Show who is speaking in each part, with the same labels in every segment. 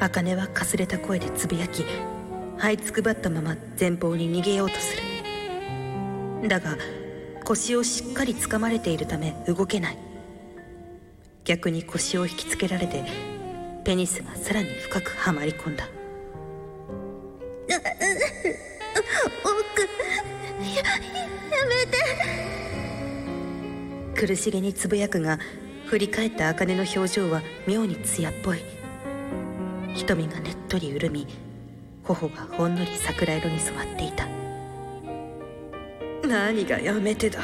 Speaker 1: 茜はかすれた声でつぶやき這いつくばったまま前方に逃げようとするだが腰をしっかり掴まれているため動けない逆に腰を引きつけられてペニスがさらに深くはまり込んだ
Speaker 2: ううう奥ややめて
Speaker 1: 苦しげにつぶやくが振り返った茜の表情は妙に艶っぽい瞳がねっとり潤み頬がほんのり桜色に染まっていた何がやめてだ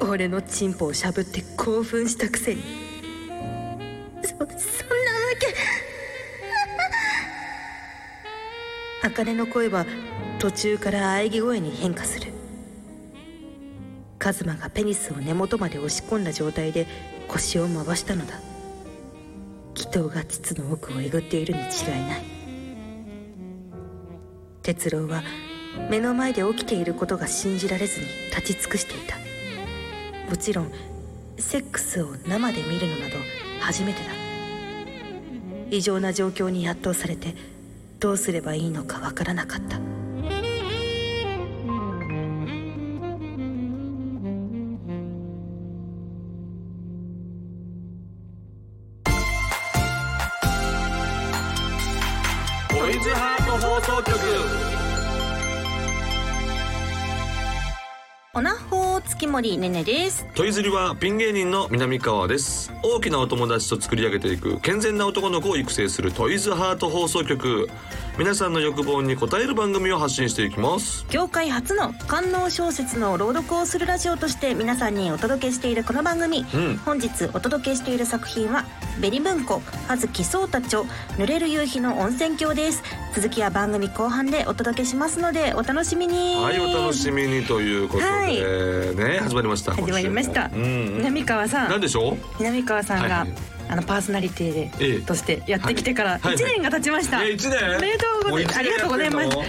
Speaker 1: 俺のチンポをしゃぶって興奮したくせに
Speaker 2: そそんなわけ
Speaker 1: 茜の声は途中から喘ぎ声に変化するカズマがペニスを根元まで押し込んだ状態で腰を回したのだ祈祷が膣の奥をえぐっているに違いない哲郎は目の前で起きていることが信じられずに立ち尽くしていたもちろんセックスを生で見るのなど初めてだ異常な状況に圧倒されてどうすればいいのかわからなかった
Speaker 3: トイズハート放送局
Speaker 4: おなほー月森ねねです
Speaker 3: トイズリはピン芸人の南川です大きなお友達と作り上げていく健全な男の子を育成するトイズハート放送局皆さんの欲望に応える番組を発信していきます
Speaker 4: 業界初の官能小説の朗読をするラジオとして皆さんにお届けしているこの番組、
Speaker 3: うん
Speaker 4: 本日お届けしている作品は「ベリ文庫葉月聡太著濡れる夕日の温泉郷」です続きは番組後半でお届けしますのでお楽しみに
Speaker 3: はいお楽しみにということで、
Speaker 4: はい
Speaker 3: ね始まりました
Speaker 4: 始まりました
Speaker 3: 今週もうんうん
Speaker 4: 南川さ
Speaker 3: なん
Speaker 4: ん
Speaker 3: でしょう
Speaker 4: 南川さんが、
Speaker 3: はいはい
Speaker 4: あのパーソナリティで、
Speaker 3: ええ
Speaker 4: としてやってきてから
Speaker 3: はいはい
Speaker 4: 1年が経ちました、
Speaker 3: え一年
Speaker 4: おめでとうございますありがとうございます
Speaker 3: もう
Speaker 4: 本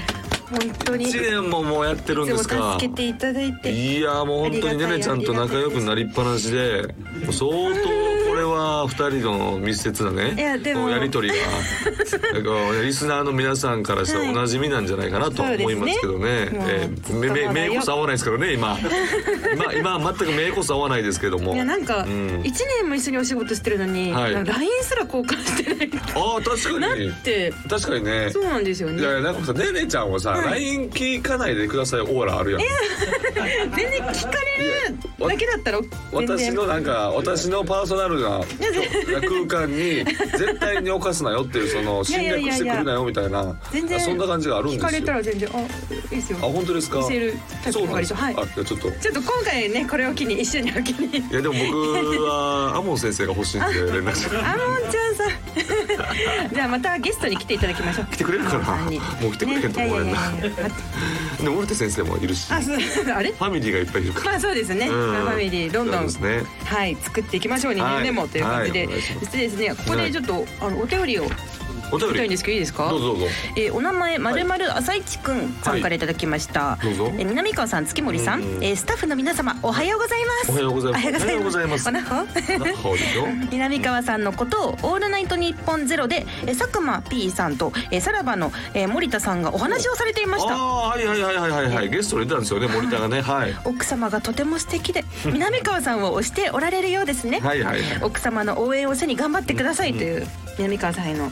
Speaker 4: 当にい
Speaker 3: 一
Speaker 4: つ
Speaker 3: 年ももうやってるんで
Speaker 4: も
Speaker 3: すか
Speaker 4: 助けていただいて
Speaker 3: いやーもう本当にねねちゃんと仲良くなりっぱなしでもう相当これは2人の密接なね
Speaker 4: いやでも
Speaker 3: こうやり取りがなんかリスナーの皆さんからしたら
Speaker 4: はい
Speaker 3: おなじみなんじゃないかなと
Speaker 4: そうです
Speaker 3: 思
Speaker 4: ね
Speaker 3: いますけどね
Speaker 4: もう
Speaker 3: え
Speaker 4: ずっと
Speaker 3: ーめ
Speaker 4: 話
Speaker 3: め
Speaker 4: 題を
Speaker 3: 目こそ合わないですけどね今今今は全く目こそ合わないですけども
Speaker 4: いやなんか
Speaker 3: う
Speaker 4: 1年も一緒にお仕事してるのに、
Speaker 3: はい
Speaker 4: なんか LINE すら交換してない
Speaker 3: ああ確かに
Speaker 4: なって
Speaker 3: 確かにね
Speaker 4: そうなんですよ
Speaker 3: いやい
Speaker 4: ね
Speaker 3: やなんかさねねちゃんはさ LINE 聞かないでくださいオーラあるやん
Speaker 4: 全然聞かれる
Speaker 3: いや
Speaker 4: だけだったら全
Speaker 3: 私
Speaker 4: 然
Speaker 3: のなんか私のパーソナルな空間に絶対に侵すなよっていうその侵略してくるなよみたいな
Speaker 4: 全然
Speaker 3: そんな感じがあるん
Speaker 4: 聞
Speaker 3: で
Speaker 4: かれ
Speaker 3: す
Speaker 4: た
Speaker 3: よ。
Speaker 4: ら全然あいいですよ
Speaker 3: あ本当ですか
Speaker 4: 教えるタイプ
Speaker 3: そうなんで
Speaker 4: 割
Speaker 3: す
Speaker 4: と
Speaker 3: か、
Speaker 4: は
Speaker 3: あ
Speaker 4: い
Speaker 3: じゃあちょっとい
Speaker 4: ちょっと今回ねこれを機に一緒にお気に
Speaker 3: やでも僕はアモン先生が欲しいんで連絡して
Speaker 4: あもんちゃんさん じゃあまたゲストに来ていただきましょう
Speaker 3: 来てくれるかな
Speaker 4: 三人
Speaker 3: もう来てくれへんと思うねんな
Speaker 4: ねいやいやいやいや
Speaker 3: でもウルテ先生もいるし
Speaker 4: あ
Speaker 3: フ
Speaker 4: そうあれ
Speaker 3: ァミリーがいっぱいいるから
Speaker 4: まあそうですね、
Speaker 3: うん
Speaker 4: ファミリーどんど
Speaker 3: そうんですね
Speaker 4: はい作っていきましょう2
Speaker 3: はい
Speaker 4: 年目もという感じで、
Speaker 3: はいお願いします
Speaker 4: そしてですねここでちょっと、あのお便りを
Speaker 3: お便
Speaker 4: 聞きたい
Speaker 3: り
Speaker 4: んですけどいいですか
Speaker 3: どうぞどうぞ
Speaker 4: えーお名前まるまる朝市くんさんからいただきました、
Speaker 3: いどうぞ
Speaker 4: えー南川さん月森さん、
Speaker 3: うん
Speaker 4: えースタッフの皆様おはようございます
Speaker 3: おはようございます
Speaker 4: おはようございます
Speaker 3: おはよ
Speaker 4: おなほ
Speaker 3: なほうでしょ
Speaker 4: 南川さんのことを「オールナイトニッポンゼロでえー佐久間 P さんとえーさらばのえー森田さんがお話をされていました
Speaker 3: ああーはいはいはいはいはいはいゲストで出たんですよね森田がねはい
Speaker 4: 奥様がとても素敵で南川さんを推しておられるようですね、
Speaker 3: はいはいはい
Speaker 4: 奥様の応援を背に頑張ってくださいという南川さんへの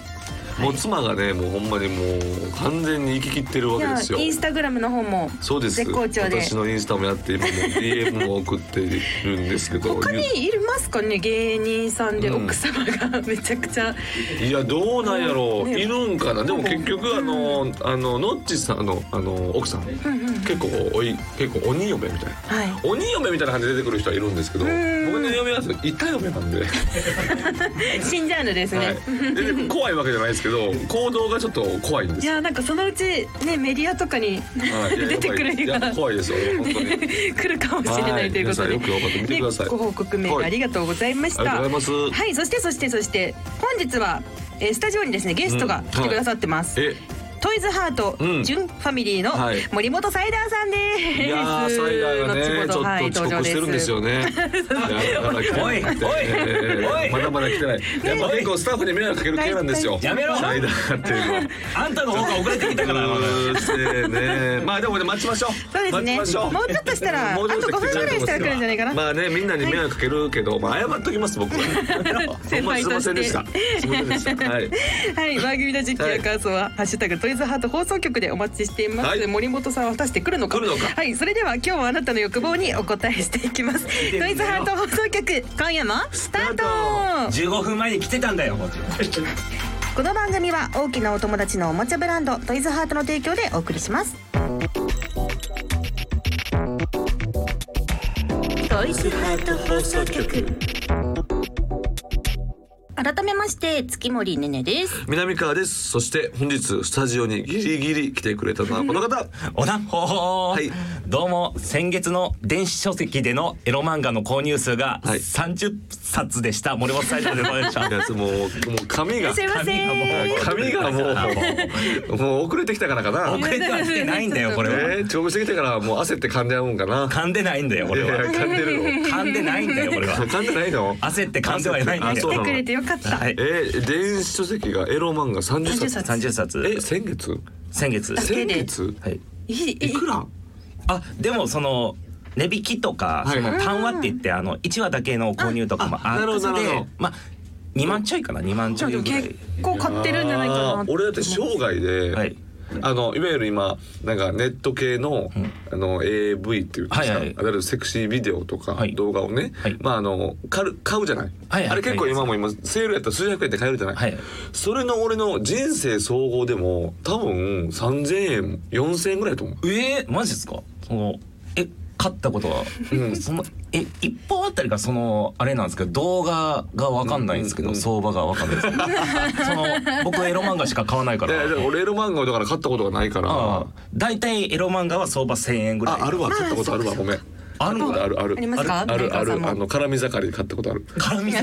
Speaker 3: もう妻がねもうほんまにもう完全に行ききってるわ
Speaker 4: い
Speaker 3: け
Speaker 4: や
Speaker 3: ですよ
Speaker 4: インスタグラムの方も
Speaker 3: そうです
Speaker 4: 絶好調で
Speaker 3: 私のインスタもやって今もう DM も送っているんですけど
Speaker 4: 他にいますかね芸人さんで
Speaker 3: うん
Speaker 4: 奥様がめちゃく ちゃ、
Speaker 3: いやどうなんやろう
Speaker 4: ね
Speaker 3: いるんかなでも結局あのあのノッチさんのあの奥さん
Speaker 4: うんうん
Speaker 3: 結構おい結構鬼嫁みたいな
Speaker 4: はい
Speaker 3: 鬼嫁みたいな感じで出てくる人はいるんですけど僕
Speaker 4: ん
Speaker 3: の嫁は痛い嫁なんで、
Speaker 4: 新ジャンルですね、
Speaker 3: はい、ででも怖いわけじゃないですけど行動がちょっと怖いんで
Speaker 4: い
Speaker 3: すよ
Speaker 4: やなんかそのうちねメディアとかに
Speaker 3: はいいや
Speaker 4: 出てくる
Speaker 3: や
Speaker 4: よう
Speaker 3: っぱりい
Speaker 4: な
Speaker 3: や怖いですよ本当に
Speaker 4: 来るかもしれないということ
Speaker 3: は
Speaker 4: で
Speaker 3: い皆さんよく頑張って見てください
Speaker 4: ねご報告メー
Speaker 3: は
Speaker 4: ル
Speaker 3: い
Speaker 4: ありがとうございました、
Speaker 3: ありがとうございます
Speaker 4: はいそしてそしてそして本日は、えースタジオにですねゲストが来てくださってます、
Speaker 3: え
Speaker 4: トイズハート、
Speaker 3: うん
Speaker 4: ジュンファミリーの
Speaker 3: はい
Speaker 4: 森本サイダーさんです。
Speaker 3: いやーサイダーがね
Speaker 4: 後
Speaker 3: ちょ
Speaker 4: ほどはい
Speaker 3: っと遅刻してるんですよね。お
Speaker 5: おいおいおい
Speaker 3: まだまだ来てない。やっぱ結構スタッフに迷惑かける系なんですよ。
Speaker 5: やめろ
Speaker 3: サイダーっていうのは。
Speaker 5: あんたの方が遅れてきたから
Speaker 3: うるせえね。まあでもね待ちましょう。
Speaker 4: そうですね
Speaker 3: 待ちましょう。
Speaker 4: もうちょっとしたら
Speaker 3: もうちょっ
Speaker 4: あと5分ぐらいしたら来るんじゃないかな
Speaker 3: まあねみんなに迷惑かけるけど、まあ謝っときます僕は。
Speaker 4: 先輩
Speaker 3: ほんますい
Speaker 4: として
Speaker 3: ませんでした。すいませんでした。はい。
Speaker 4: はい、番組の実況や感想は、ハッシュタグトイズハート放送局でお待ちしています。
Speaker 3: はい
Speaker 4: 森本さんは果たして来るのか。
Speaker 3: 来るのか
Speaker 4: はい、それでは今日はあなたの欲望にお答えしていきます。ト
Speaker 5: てみよう
Speaker 4: イズハート放送局、今夜もスタート。
Speaker 5: 15分前に来てたんだよこっち
Speaker 4: この番組は大きなお友達のおもちゃブランドトイズハートの提供でお送りします。
Speaker 6: トイズハート放送局
Speaker 4: 改めまして月森ねねです。
Speaker 3: 南川です。そして本日スタジオにギリギリ来てくれたのはこの方。
Speaker 5: おなほー、
Speaker 3: はい
Speaker 5: どうも先月の電子書籍でのエロ漫画の購入数が
Speaker 3: はい
Speaker 5: 30冊でした、森本サイダーでございました
Speaker 3: いやもうもう髪が
Speaker 4: すいません。
Speaker 3: 髪がもうもう遅れてきたからかな。
Speaker 5: 遅れては来てないんだよこれは、
Speaker 3: えー、遅刻してきたからもう焦って噛んじゃうんかな。
Speaker 5: 噛んでないんだよこ
Speaker 3: いや
Speaker 5: れ
Speaker 3: いや
Speaker 5: は
Speaker 3: 噛んで るよ。
Speaker 5: 噛んでないんだよこれは
Speaker 3: 噛んでないの？
Speaker 5: 焦って噛んではいないんだ
Speaker 3: あ
Speaker 5: け
Speaker 3: そ
Speaker 5: ど
Speaker 3: うな
Speaker 4: 来
Speaker 3: の
Speaker 4: てくれてよかった。
Speaker 5: はい
Speaker 3: えー、電子書籍がエロ漫画三十冊。
Speaker 4: 30冊
Speaker 5: 30冊
Speaker 3: え先月？
Speaker 5: 先月
Speaker 3: 先
Speaker 4: けで
Speaker 3: 月？
Speaker 5: はい
Speaker 4: いいい
Speaker 3: い
Speaker 4: い
Speaker 3: くら？
Speaker 5: あでもその値引きとか、
Speaker 3: はいはい
Speaker 5: その単話って言ってあの1話だけの購入とかも
Speaker 3: あ
Speaker 5: あ
Speaker 3: な
Speaker 5: っ
Speaker 3: るほ
Speaker 5: て
Speaker 3: どなるほど
Speaker 5: まあ2万ちょいかな2万ち
Speaker 4: で
Speaker 5: ょい
Speaker 4: も
Speaker 5: ぐら
Speaker 4: 結
Speaker 5: い。
Speaker 4: 構買ってるんじゃないかな
Speaker 3: あー。俺だって生涯で、
Speaker 5: はい
Speaker 3: あのいわゆる今なんかネット系の、あの AV っていうんですか、
Speaker 5: はいいはい
Speaker 3: わゆるセクシービデオとか
Speaker 5: はい
Speaker 3: 動画をね、
Speaker 5: はい
Speaker 3: まああの買う買うじゃない、
Speaker 5: はいはい
Speaker 3: あれ結構今も今セールやったら数百円で買えるじゃない、
Speaker 5: はい
Speaker 3: それの俺の人生総合でも多分3,000円4,000円ぐらいだと思う。
Speaker 5: えー、マジですかそのえ買ったことは、
Speaker 3: うん
Speaker 5: そのえ一本あたりがそのあれなんですけど動画がわかんないんですけど、
Speaker 3: うんうん
Speaker 5: 相場がわかんないですけど その僕エロ漫画しか買わないか
Speaker 3: いや
Speaker 5: ら。
Speaker 3: いや俺エロ漫画だから買ったことがないから。
Speaker 5: ああ大体エロ漫画は相場1,000円ぐらい
Speaker 3: ああるわ買ったことあるわごめん。あ
Speaker 5: あるの
Speaker 3: るあるある
Speaker 4: ありますか
Speaker 3: あるあ
Speaker 4: メーカーさん
Speaker 3: る
Speaker 4: も
Speaker 3: あの辛み盛りで買ったことある
Speaker 5: 絡み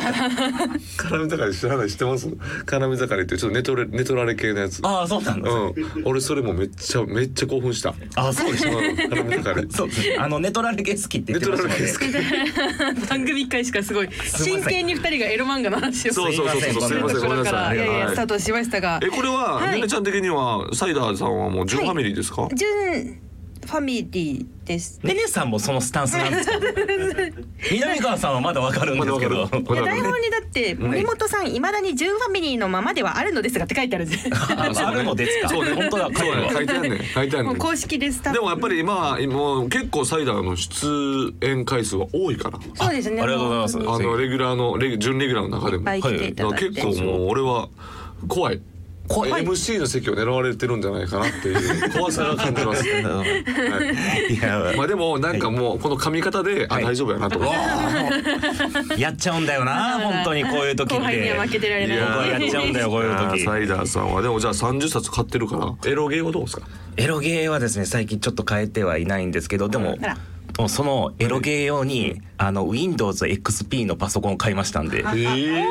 Speaker 3: 辛み盛り知らない知ってます辛み盛りってちょっとネトレネトラレ系のやつ
Speaker 5: ああそうなんです、
Speaker 3: うん俺それもめっちゃめっちゃ興奮した
Speaker 5: ああそ うでしょ
Speaker 3: うん辛み盛り
Speaker 5: そうですね。あのネトラルゲ好きって
Speaker 3: ネ
Speaker 5: 言って
Speaker 3: ト
Speaker 5: ま
Speaker 3: ラ
Speaker 5: した
Speaker 3: レ
Speaker 5: もんね。
Speaker 3: 系好き
Speaker 4: 番組開始からすごい
Speaker 5: せん
Speaker 4: 真剣に二人がエロ漫画の話を
Speaker 3: そうそうそうそうす
Speaker 5: す
Speaker 3: み
Speaker 5: い
Speaker 3: ま
Speaker 5: ま
Speaker 3: せ
Speaker 5: せ
Speaker 3: ん
Speaker 5: ん
Speaker 3: ごめんなさい
Speaker 4: いやいや
Speaker 3: は
Speaker 4: スター
Speaker 3: い
Speaker 4: トしましたが
Speaker 3: えこれは
Speaker 4: はい
Speaker 3: ねねちゃん的にはサイダーさんはもうジュンファミリーですか
Speaker 4: ジュンファミリーです
Speaker 5: ねねさんもそのスタンスなんですか。南川さんはまだわかるんですけど。
Speaker 4: いや台本にだって森本さんいまだにジュンファミリーのままではある のですがって書いてあるんです
Speaker 5: ああるのですか。
Speaker 3: そうね
Speaker 5: 本当だ。
Speaker 3: そうね書
Speaker 5: 書い
Speaker 3: いてあんねん書いてあんね
Speaker 4: もうん公式でスタッフ
Speaker 3: でもやっぱり今は今結構サイダーの出演回数は多いから
Speaker 4: そうですね
Speaker 5: あありがとうございます
Speaker 4: も
Speaker 3: あのレギュラーのレギュ準レギュラーの中で
Speaker 4: いっ
Speaker 3: も
Speaker 4: ぱい来ていただいて、
Speaker 3: 結構もう俺は怖い
Speaker 5: 怖い
Speaker 3: MC の席を狙われてるんじゃないかなっていう怖さが感じます、
Speaker 5: てあ る
Speaker 3: はい
Speaker 5: いや
Speaker 3: まあでもなんかもうこの髪型で、
Speaker 5: はい
Speaker 3: あ大丈夫やなと
Speaker 5: う
Speaker 3: 思
Speaker 5: わ
Speaker 3: って
Speaker 5: あ やっちゃうんだよな。本当にこういう時って。
Speaker 4: 後輩には負けてられ
Speaker 3: いや
Speaker 5: 僕は
Speaker 4: な
Speaker 5: やっ
Speaker 4: い
Speaker 5: ちゃうんだよこういう
Speaker 3: あーサ
Speaker 5: 時。
Speaker 3: イダーさんはでもじゃあ30冊買ってるからエロゲーはどうですか
Speaker 5: エロゲーはですね最近ちょっと変えてはいないんですけどでも
Speaker 4: あら。
Speaker 5: もうそのエロゲー用にあの Windows XP のパソコンを買いましたんで。
Speaker 3: え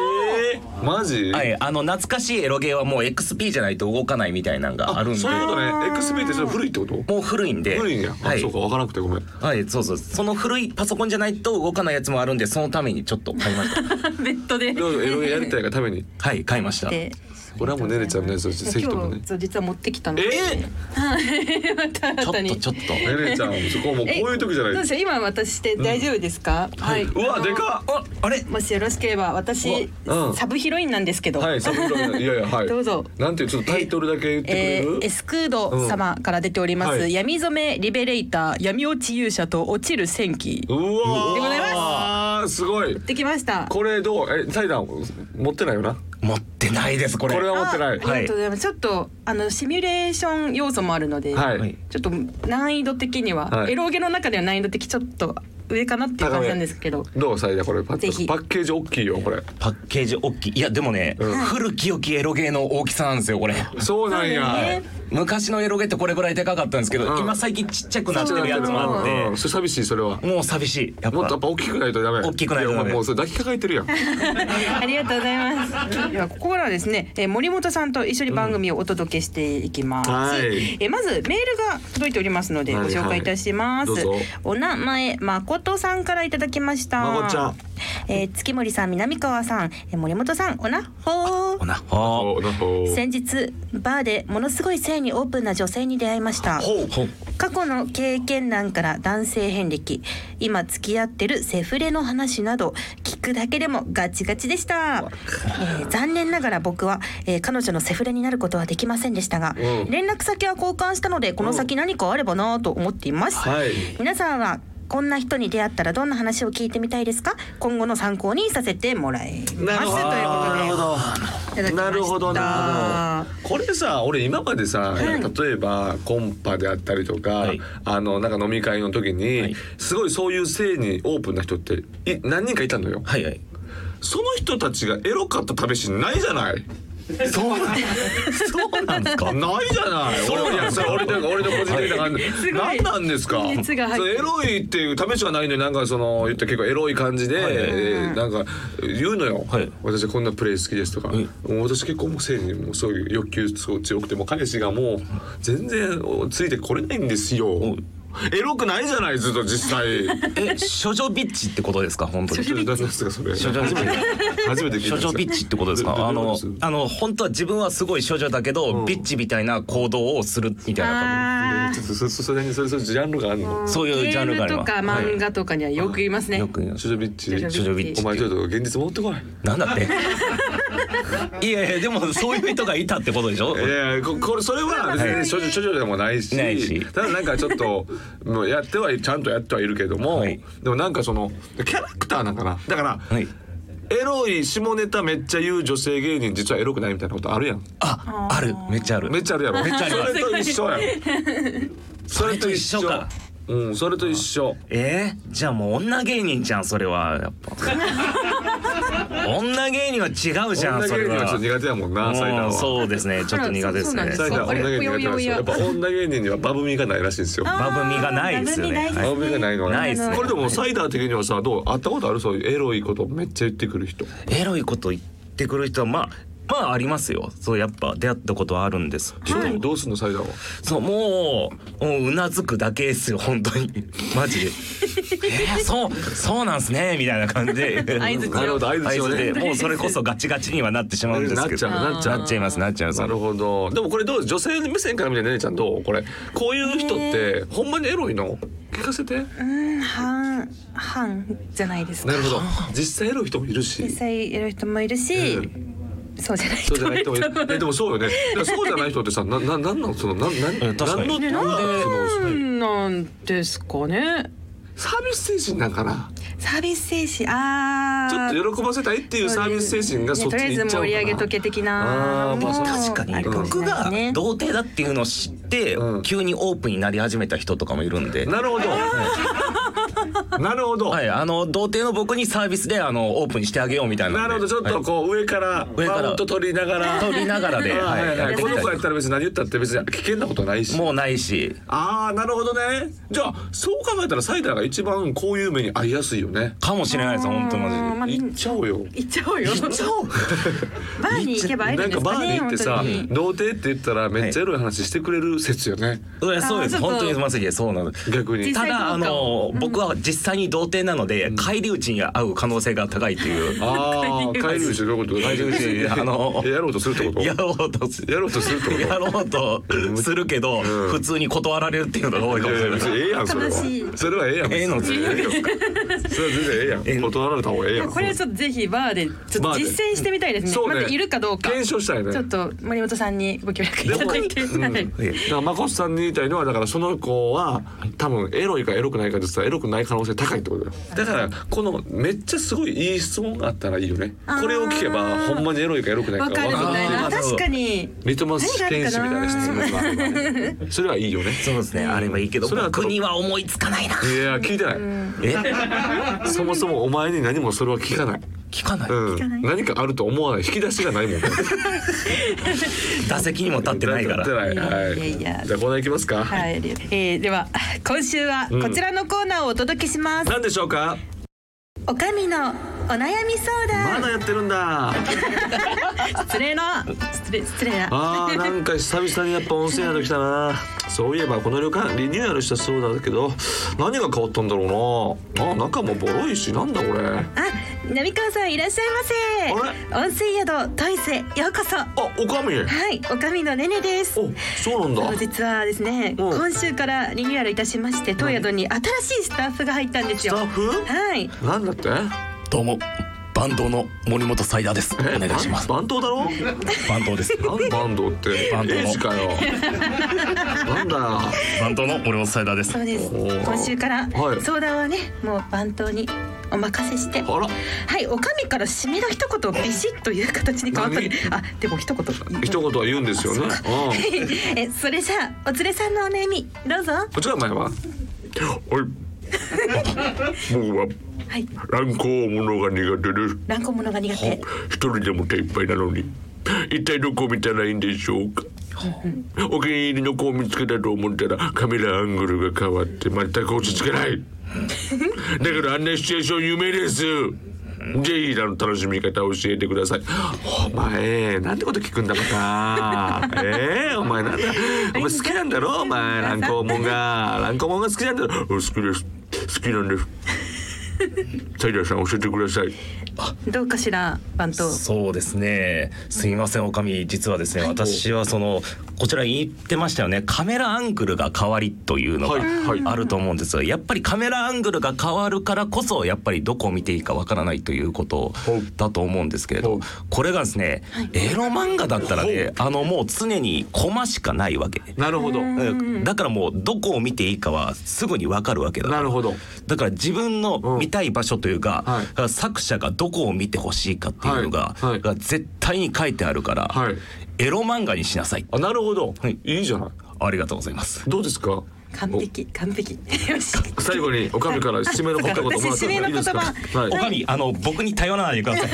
Speaker 3: えマジ、
Speaker 5: はい、あの懐かしいエロゲーはもう XP じゃないと動かないみたいなのがあるんで
Speaker 3: そういうことね XP ってそれ古いってこと
Speaker 5: もう古いんで
Speaker 3: 古いんや、あ
Speaker 5: はい
Speaker 3: そうか分からなくてごめん
Speaker 5: はいそうそうその古いパソコンじゃないと動かないやつもあるんでそのためにちょっと買いました
Speaker 4: ベッドで
Speaker 3: でもエロゲーやりたいがために
Speaker 5: はい買いました
Speaker 4: で
Speaker 3: 俺はもうねねちゃんのやつ
Speaker 4: 今
Speaker 3: 席ともね
Speaker 4: 日そう実は持ってきたので
Speaker 3: え
Speaker 5: ちょっ
Speaker 4: 当
Speaker 5: と
Speaker 4: に
Speaker 5: ちょっと
Speaker 3: ねねちゃんそこはもうこういう時じゃ
Speaker 4: どう
Speaker 3: ない
Speaker 4: でしょう今私して大丈夫ですか、はい
Speaker 3: うんうわでかっ
Speaker 5: ああれ
Speaker 4: もしよろしければ私、
Speaker 3: うわうん
Speaker 4: サブヒロインなんですけど、
Speaker 3: はい、サブロいやいや、はい。
Speaker 4: どうぞ
Speaker 3: なんていう、ちょっとタイトルだけ言ってくれ
Speaker 4: え
Speaker 3: る
Speaker 4: ー。エスクード様から出ております、
Speaker 3: うんはい
Speaker 4: 闇染めリベレイター闇落ち勇者と落ちる戦記
Speaker 3: うわー。
Speaker 4: でございます
Speaker 3: あーすごい。
Speaker 4: できました
Speaker 3: これどう、え、サイダー持ってないよな。
Speaker 5: 持ってないですこれ
Speaker 3: これは持
Speaker 4: あ
Speaker 3: ってない。
Speaker 4: ありがとうございますちょっとあのシミュレーション要素もあるので、
Speaker 3: はい。
Speaker 5: はい
Speaker 4: ちょっと難易度的には、
Speaker 3: はい
Speaker 4: エロゲの中では難易度的ちょっと上かなっていう感じなんですけど
Speaker 3: どう、サイダー、これ、パ
Speaker 4: ぜ
Speaker 3: ッ
Speaker 4: ひ
Speaker 3: パッケージ大きいよ、これ。
Speaker 5: パッケージ大きいいやでもね、古き良きエロゲーの大きさなんですよこれ
Speaker 3: そうなんや。
Speaker 5: 昔のエロゲってこれぐらいでかかったんですけど、
Speaker 3: うん
Speaker 5: 今最近ちっちゃくなってるやつもあっ
Speaker 3: う
Speaker 5: て
Speaker 3: んそれ寂しいそれは
Speaker 5: もう寂しいやっ
Speaker 3: もっとや
Speaker 5: ぱ
Speaker 3: っぱ大きくないとダメ
Speaker 5: 大きくないとダメ
Speaker 3: やもうそれ抱きかかえてるやん
Speaker 4: ありがとうござ います。ではここからはですね、えー森本さんと一緒に番組をお届けしていきます。
Speaker 3: はい
Speaker 4: えーまずメールが届いておりますのでご
Speaker 3: はい
Speaker 4: 紹介いたします。
Speaker 3: はいどうぞ
Speaker 4: お名前まことさんからいただきました。
Speaker 3: まこちゃん
Speaker 4: えー月森さん、南川さん、えー森本さん、おなほ
Speaker 5: お
Speaker 4: ー。
Speaker 5: なほ
Speaker 3: おなほ
Speaker 4: 先日バーでものすごい性にオープンな女性に出会いました。
Speaker 5: うほう
Speaker 4: 過去の経験談から男性遍歴今付き合ってるセフレの話など聞くだけでもガチガチでした、えー残念ながら僕は、えー彼女のセフレになることはできませんでしたが、
Speaker 3: うん
Speaker 4: 連絡先は交換したのでこの先何かあればなぁと思っています、
Speaker 3: はい
Speaker 4: 皆さんはこんな人に出会ったらどんな話を聞いてみたいですか今後の参考にさせてもらいますと
Speaker 3: なるほど
Speaker 4: いうことでいただきました
Speaker 3: なるほどなるほどこれさ俺今までさ、例えばコンパであったりとか、
Speaker 5: はい
Speaker 3: あのなんか飲み会の時に、
Speaker 5: はい
Speaker 3: すごいそういう性にオープンな人ってい何人かいたのよ
Speaker 5: はいはい
Speaker 3: その人たちがエロかった試しないじゃない
Speaker 5: そうなん そうなんです
Speaker 3: な
Speaker 5: か
Speaker 3: いじゃない。俺いやそれ俺の俺の個人的な感じ。何なんですか。
Speaker 2: 熱が入って
Speaker 3: そうエロいっていう試しがないのになんかその言って結構エロい感じで、
Speaker 5: はいはい
Speaker 3: えーなんか言うのよ。
Speaker 5: はい
Speaker 3: 私こんなプレイ好きですとか。
Speaker 5: ん
Speaker 3: もう私結構もう性にもうそういう欲求すごい強くてもう彼氏がもう全然ついてこれないんですよ。エロくないじゃないずっと実際。
Speaker 5: え処女ビッチってことですか本当に
Speaker 3: 何ですかそれ。
Speaker 5: 処女
Speaker 3: 初めて初めて聞いた
Speaker 5: 処女ビッチってことです
Speaker 3: ど
Speaker 5: かあ
Speaker 3: どういうこ
Speaker 5: の
Speaker 3: とです
Speaker 5: あの本当は自分はすごい処女だけど、ビッチみたいな行動をするみたいな
Speaker 2: あー
Speaker 3: そそそそれにそれそれジャンルがあるの。
Speaker 5: そういうジ
Speaker 2: ゲ
Speaker 5: ャンル
Speaker 2: ー
Speaker 5: が
Speaker 2: ム
Speaker 5: あり
Speaker 2: と
Speaker 5: ます
Speaker 2: か漫画とかにはよく言いますね。
Speaker 5: よく言う
Speaker 3: 処女ビッチ。
Speaker 2: 女
Speaker 5: 処女ビッチ
Speaker 3: お前ちょっと現実持って こい。
Speaker 5: なんだっていやいやでもそういう人がいたってことでしょ
Speaker 3: いやいやここれそれは別に処女処女でもないし,、
Speaker 5: ないした
Speaker 3: だなんかちょっともうやってはいちゃんとやってはいるけども、
Speaker 5: はい
Speaker 3: でもなんかそのキャラクターなんかなだから、
Speaker 5: はい
Speaker 3: エロい下ネタめっちゃ言う女性芸人実はエロくないみたいなことあるやん
Speaker 5: ああるめっちゃある
Speaker 3: めっちゃあるやろ
Speaker 5: めっちゃある
Speaker 3: それと一緒やんそれと一緒
Speaker 5: それと一緒か
Speaker 3: うんそれと一緒
Speaker 5: えー、じゃあもう女芸人じゃんそれはやっぱ女芸人は違うじゃん
Speaker 3: 女
Speaker 5: そ
Speaker 3: 芸
Speaker 5: れ
Speaker 3: 人はちょっと
Speaker 5: は
Speaker 3: 苦手やもんな埼玉
Speaker 5: う
Speaker 3: は
Speaker 5: んそうですねちょっと苦手ですね
Speaker 2: そう
Speaker 3: 埼玉
Speaker 2: あ
Speaker 3: 女
Speaker 2: れ
Speaker 3: 芸人苦手なんですよやっぱ
Speaker 2: お
Speaker 3: 女芸人にはバブミがないらしいんですよ
Speaker 5: バブミがないですよね
Speaker 4: バブミ大事
Speaker 5: はい
Speaker 3: バブミがないのが
Speaker 5: ないですね
Speaker 3: これでもサイダー的にはさどう会ったことあるそういうエロいことめっちゃ言ってくる人
Speaker 5: エロいこと言ってくる人はまあまあありますよそうやっぱ出会ったことはあるんですけど、
Speaker 3: どうどうすんのサイダーは
Speaker 5: そうもうもううなずくだけですよ本当にマ ジでえー、そうそうなんすねみたいな感じで
Speaker 2: 相槌を
Speaker 3: なるほど相
Speaker 5: 合
Speaker 3: 槌を
Speaker 5: 図
Speaker 3: ね
Speaker 5: でもうそれこそガチガチにはなってしまうんです
Speaker 3: な
Speaker 5: けど
Speaker 3: っちゃうなっちゃう
Speaker 5: なっちゃいますなっちゃいます
Speaker 3: なるほどでもこれどう女性目線から見てねねちゃんどうこれこういう人ってほんまにエロいの聞かせて
Speaker 4: 半半じゃないですか
Speaker 3: なるほど実際エロい人もいる
Speaker 4: 実
Speaker 3: し
Speaker 4: 際いる人もいるし、
Speaker 3: う
Speaker 4: そうじゃない
Speaker 3: そう
Speaker 4: 人
Speaker 3: じゃな
Speaker 4: も
Speaker 3: いい人もい
Speaker 4: る
Speaker 3: る えでもそうよねだからそうじゃない人ってさなななんなのそのなんなん
Speaker 5: うん確かに
Speaker 3: なんのその
Speaker 2: なんですかね。
Speaker 3: サービス精神なんかな
Speaker 4: サービス精神あー
Speaker 3: ちょっと喜ばせたいっていうサービス精神がそっち
Speaker 4: とりあえ
Speaker 3: に
Speaker 4: ず
Speaker 3: 行っちゃう
Speaker 4: 盛
Speaker 3: のか
Speaker 4: り上げ
Speaker 3: な
Speaker 4: とけ的な
Speaker 3: あーまあそう
Speaker 4: も
Speaker 5: 確か
Speaker 4: あ
Speaker 5: に
Speaker 4: るもし
Speaker 5: 僕
Speaker 4: れないで
Speaker 5: が
Speaker 4: すね
Speaker 5: 童貞だっていうのを知って
Speaker 3: うん
Speaker 5: 急にオープンになり始めた人とかもいるんで。
Speaker 3: なるほど なるほど、
Speaker 5: はい、あの童貞の僕にサービスであのオープンにしてあげようみたいな
Speaker 3: なるほどちょっと
Speaker 5: こ
Speaker 3: こう上から
Speaker 5: 上から
Speaker 3: マウント取りながら
Speaker 5: う取りながらで、
Speaker 3: は
Speaker 5: はい
Speaker 3: はい
Speaker 5: い、や
Speaker 3: は
Speaker 5: っ
Speaker 3: い、
Speaker 5: て
Speaker 3: こ
Speaker 5: き
Speaker 3: の子
Speaker 5: た
Speaker 3: やっ
Speaker 5: り
Speaker 3: たら別に何言ったって別に危険なことないし。
Speaker 5: もうないし
Speaker 3: ああなるほどね。じゃあそう考えたらサイダーが一番こういう目に遭いやすいよね。
Speaker 5: かもしれないです本当マジで。
Speaker 2: まあ
Speaker 3: 行っちゃおうよ。
Speaker 2: 行っちゃおうよ。
Speaker 4: バーに行けば会え
Speaker 3: な
Speaker 4: るん
Speaker 3: んか
Speaker 4: です
Speaker 3: バ
Speaker 4: か
Speaker 3: ー
Speaker 4: ね
Speaker 3: に行ってさ
Speaker 4: 本当に、
Speaker 3: 童貞って言ったらめっちゃエロい話してくれる説よね。
Speaker 5: いやそうで
Speaker 2: あ
Speaker 5: す
Speaker 2: ーちょっと
Speaker 5: 本当にまさにそうなの
Speaker 3: 逆に
Speaker 2: 実。
Speaker 5: た
Speaker 2: 際どうか
Speaker 5: だあの僕は実際に童貞なので返り討ちに会う可能性が高いという
Speaker 3: ああ帰り道どういうこと？
Speaker 5: 帰り討ちあの
Speaker 3: えやろうとするってこと？
Speaker 5: や
Speaker 3: や
Speaker 5: ろうとする
Speaker 3: ろうとするってこと？
Speaker 5: やろうとするけど
Speaker 3: ん
Speaker 5: 普通に断られるっていうのが多いかもしれない
Speaker 3: 別にええやんそれ
Speaker 4: 悲し
Speaker 3: は。
Speaker 4: い
Speaker 3: それはええやん。
Speaker 5: ええの
Speaker 3: それは全然ええやん。断られた方がええやん。
Speaker 2: これちょっとぜひバーでちょっ
Speaker 3: バ
Speaker 2: と
Speaker 3: ーで
Speaker 2: 実践してみたいですね。
Speaker 3: そうね
Speaker 2: まずいるかどうか。
Speaker 3: 検証したいね。
Speaker 2: ちょっと森本さんにご協力いただいて。はい
Speaker 5: え
Speaker 3: だからまこさんに言いたいのはだからその子は多分エロいかエロくないかで実はエロくない可能性高いってことだよだからこのめっちゃすごいいい質問があったらいいよねこれを聞けばほんまにエロいかエロくないか
Speaker 2: わかるみ
Speaker 3: 分かる
Speaker 2: たい
Speaker 5: あ
Speaker 2: な。
Speaker 5: ー確
Speaker 2: 確
Speaker 5: か
Speaker 2: かに。
Speaker 3: リトマス試験紙みたいな質問があればね それはいいよね
Speaker 5: そうですねあればいいけど
Speaker 3: それは
Speaker 5: 僕には思いつかないない
Speaker 3: や聞いてない
Speaker 5: え
Speaker 3: そもそもお前に何もそれは聞かない
Speaker 5: 聞かない、
Speaker 3: うん、何かあると思わない引き出しがないもんね
Speaker 5: 打席にも立ってないから
Speaker 3: 立ってないはい
Speaker 2: いやいやいや
Speaker 3: じゃあコーナーいきますか、
Speaker 2: はい、
Speaker 4: えーでは今週はこちらのコーナーをお届けします、
Speaker 3: 何でしょうか
Speaker 4: おかみのお悩み相
Speaker 3: ま
Speaker 4: 談、
Speaker 3: だやってるんだ
Speaker 2: 失礼な失礼失礼な
Speaker 3: あーなんか久々にやっぱ温泉宿来たなそういえばこの旅館リニューアルしたそうだけど何が変わったんだろうなあ中もボロいしなんだこれ
Speaker 4: あ、南川さんいらっしゃいませ温泉宿トイスへようこそは
Speaker 3: あおかみ
Speaker 4: い、おかみのねねです
Speaker 3: おそうなんだ
Speaker 4: 実はですね、
Speaker 3: うん
Speaker 4: 今週からリニューアルいたしまして当宿に新しいスタッフが入ったんです
Speaker 3: スタ
Speaker 4: よ
Speaker 3: ッフ
Speaker 4: はい、
Speaker 3: なんだって
Speaker 5: どうもバンドの森本サイダーですお
Speaker 3: え
Speaker 5: 願いします
Speaker 3: バンドだろ
Speaker 5: バンドです
Speaker 3: なんバンドって
Speaker 5: バンドの
Speaker 3: エイジかよなんだよ
Speaker 5: バンドの森本サイダーです
Speaker 4: そうです
Speaker 3: おー
Speaker 4: 今週から
Speaker 3: はい
Speaker 4: 相談はね、もう番頭にお任せして
Speaker 3: あら
Speaker 4: はい、おかみから締めの一言をビシッという形に変わったり、あ、でも一言。
Speaker 3: 一言は言うんですよねうん
Speaker 4: え、それじゃあ、お連れさんのお悩み、どうぞ。
Speaker 3: こっちら前はおい僕は
Speaker 4: はい、
Speaker 3: 乱行物が苦手です
Speaker 4: 乱行物が苦手。
Speaker 3: 一人でも手いっぱいなのに一体どこを見たらいいんでしょうかお気に入りの子を見つけたと思ったらカメラアングルが変わって全く落ち着けないだからあんなシチュエーション有名ですぜひあの楽しみ方教えてくださいお前なんてこと聞くんだま たええお前なんだお前好きなんだろお前乱行もんが乱行もんが好きなんだろお好きです好きなんですサイダーさん教えてください
Speaker 2: どうかしら番頭
Speaker 5: そうですね。すみません、おかみ、実はですね、私はその、こちら言ってましたよね。カメラアングルが変わりというのが
Speaker 3: はいはい
Speaker 5: あると思うんですが、やっぱりカメラアングルが変わるからこそ、やっぱりどこを見ていいかわからないということだと思うんですけれ
Speaker 3: ほう
Speaker 5: ど、これがですね、エロ漫画だったらね、あのもう常にコマしかないわけ。
Speaker 3: なるほど
Speaker 5: だからもうどこを見ていいかはすぐにわかるわけだから
Speaker 3: なるほど
Speaker 5: だから自分の見たい場所というか、
Speaker 3: うんはい
Speaker 5: だから作者がどこを見てほしいかっていうのが,、
Speaker 3: はいはい
Speaker 5: が絶対に書いてあるから、
Speaker 3: はい
Speaker 5: エロ漫画にしなさい
Speaker 3: あなるほど、
Speaker 5: はい
Speaker 3: い、いじゃない
Speaker 5: ありがとうございます
Speaker 3: どうですか
Speaker 2: 完璧完 璧よし
Speaker 3: お最後におかみから締めの言葉もらっても
Speaker 2: 私締めの
Speaker 3: いいですか
Speaker 2: 言
Speaker 3: はい
Speaker 5: おかみあの僕に頼らないでください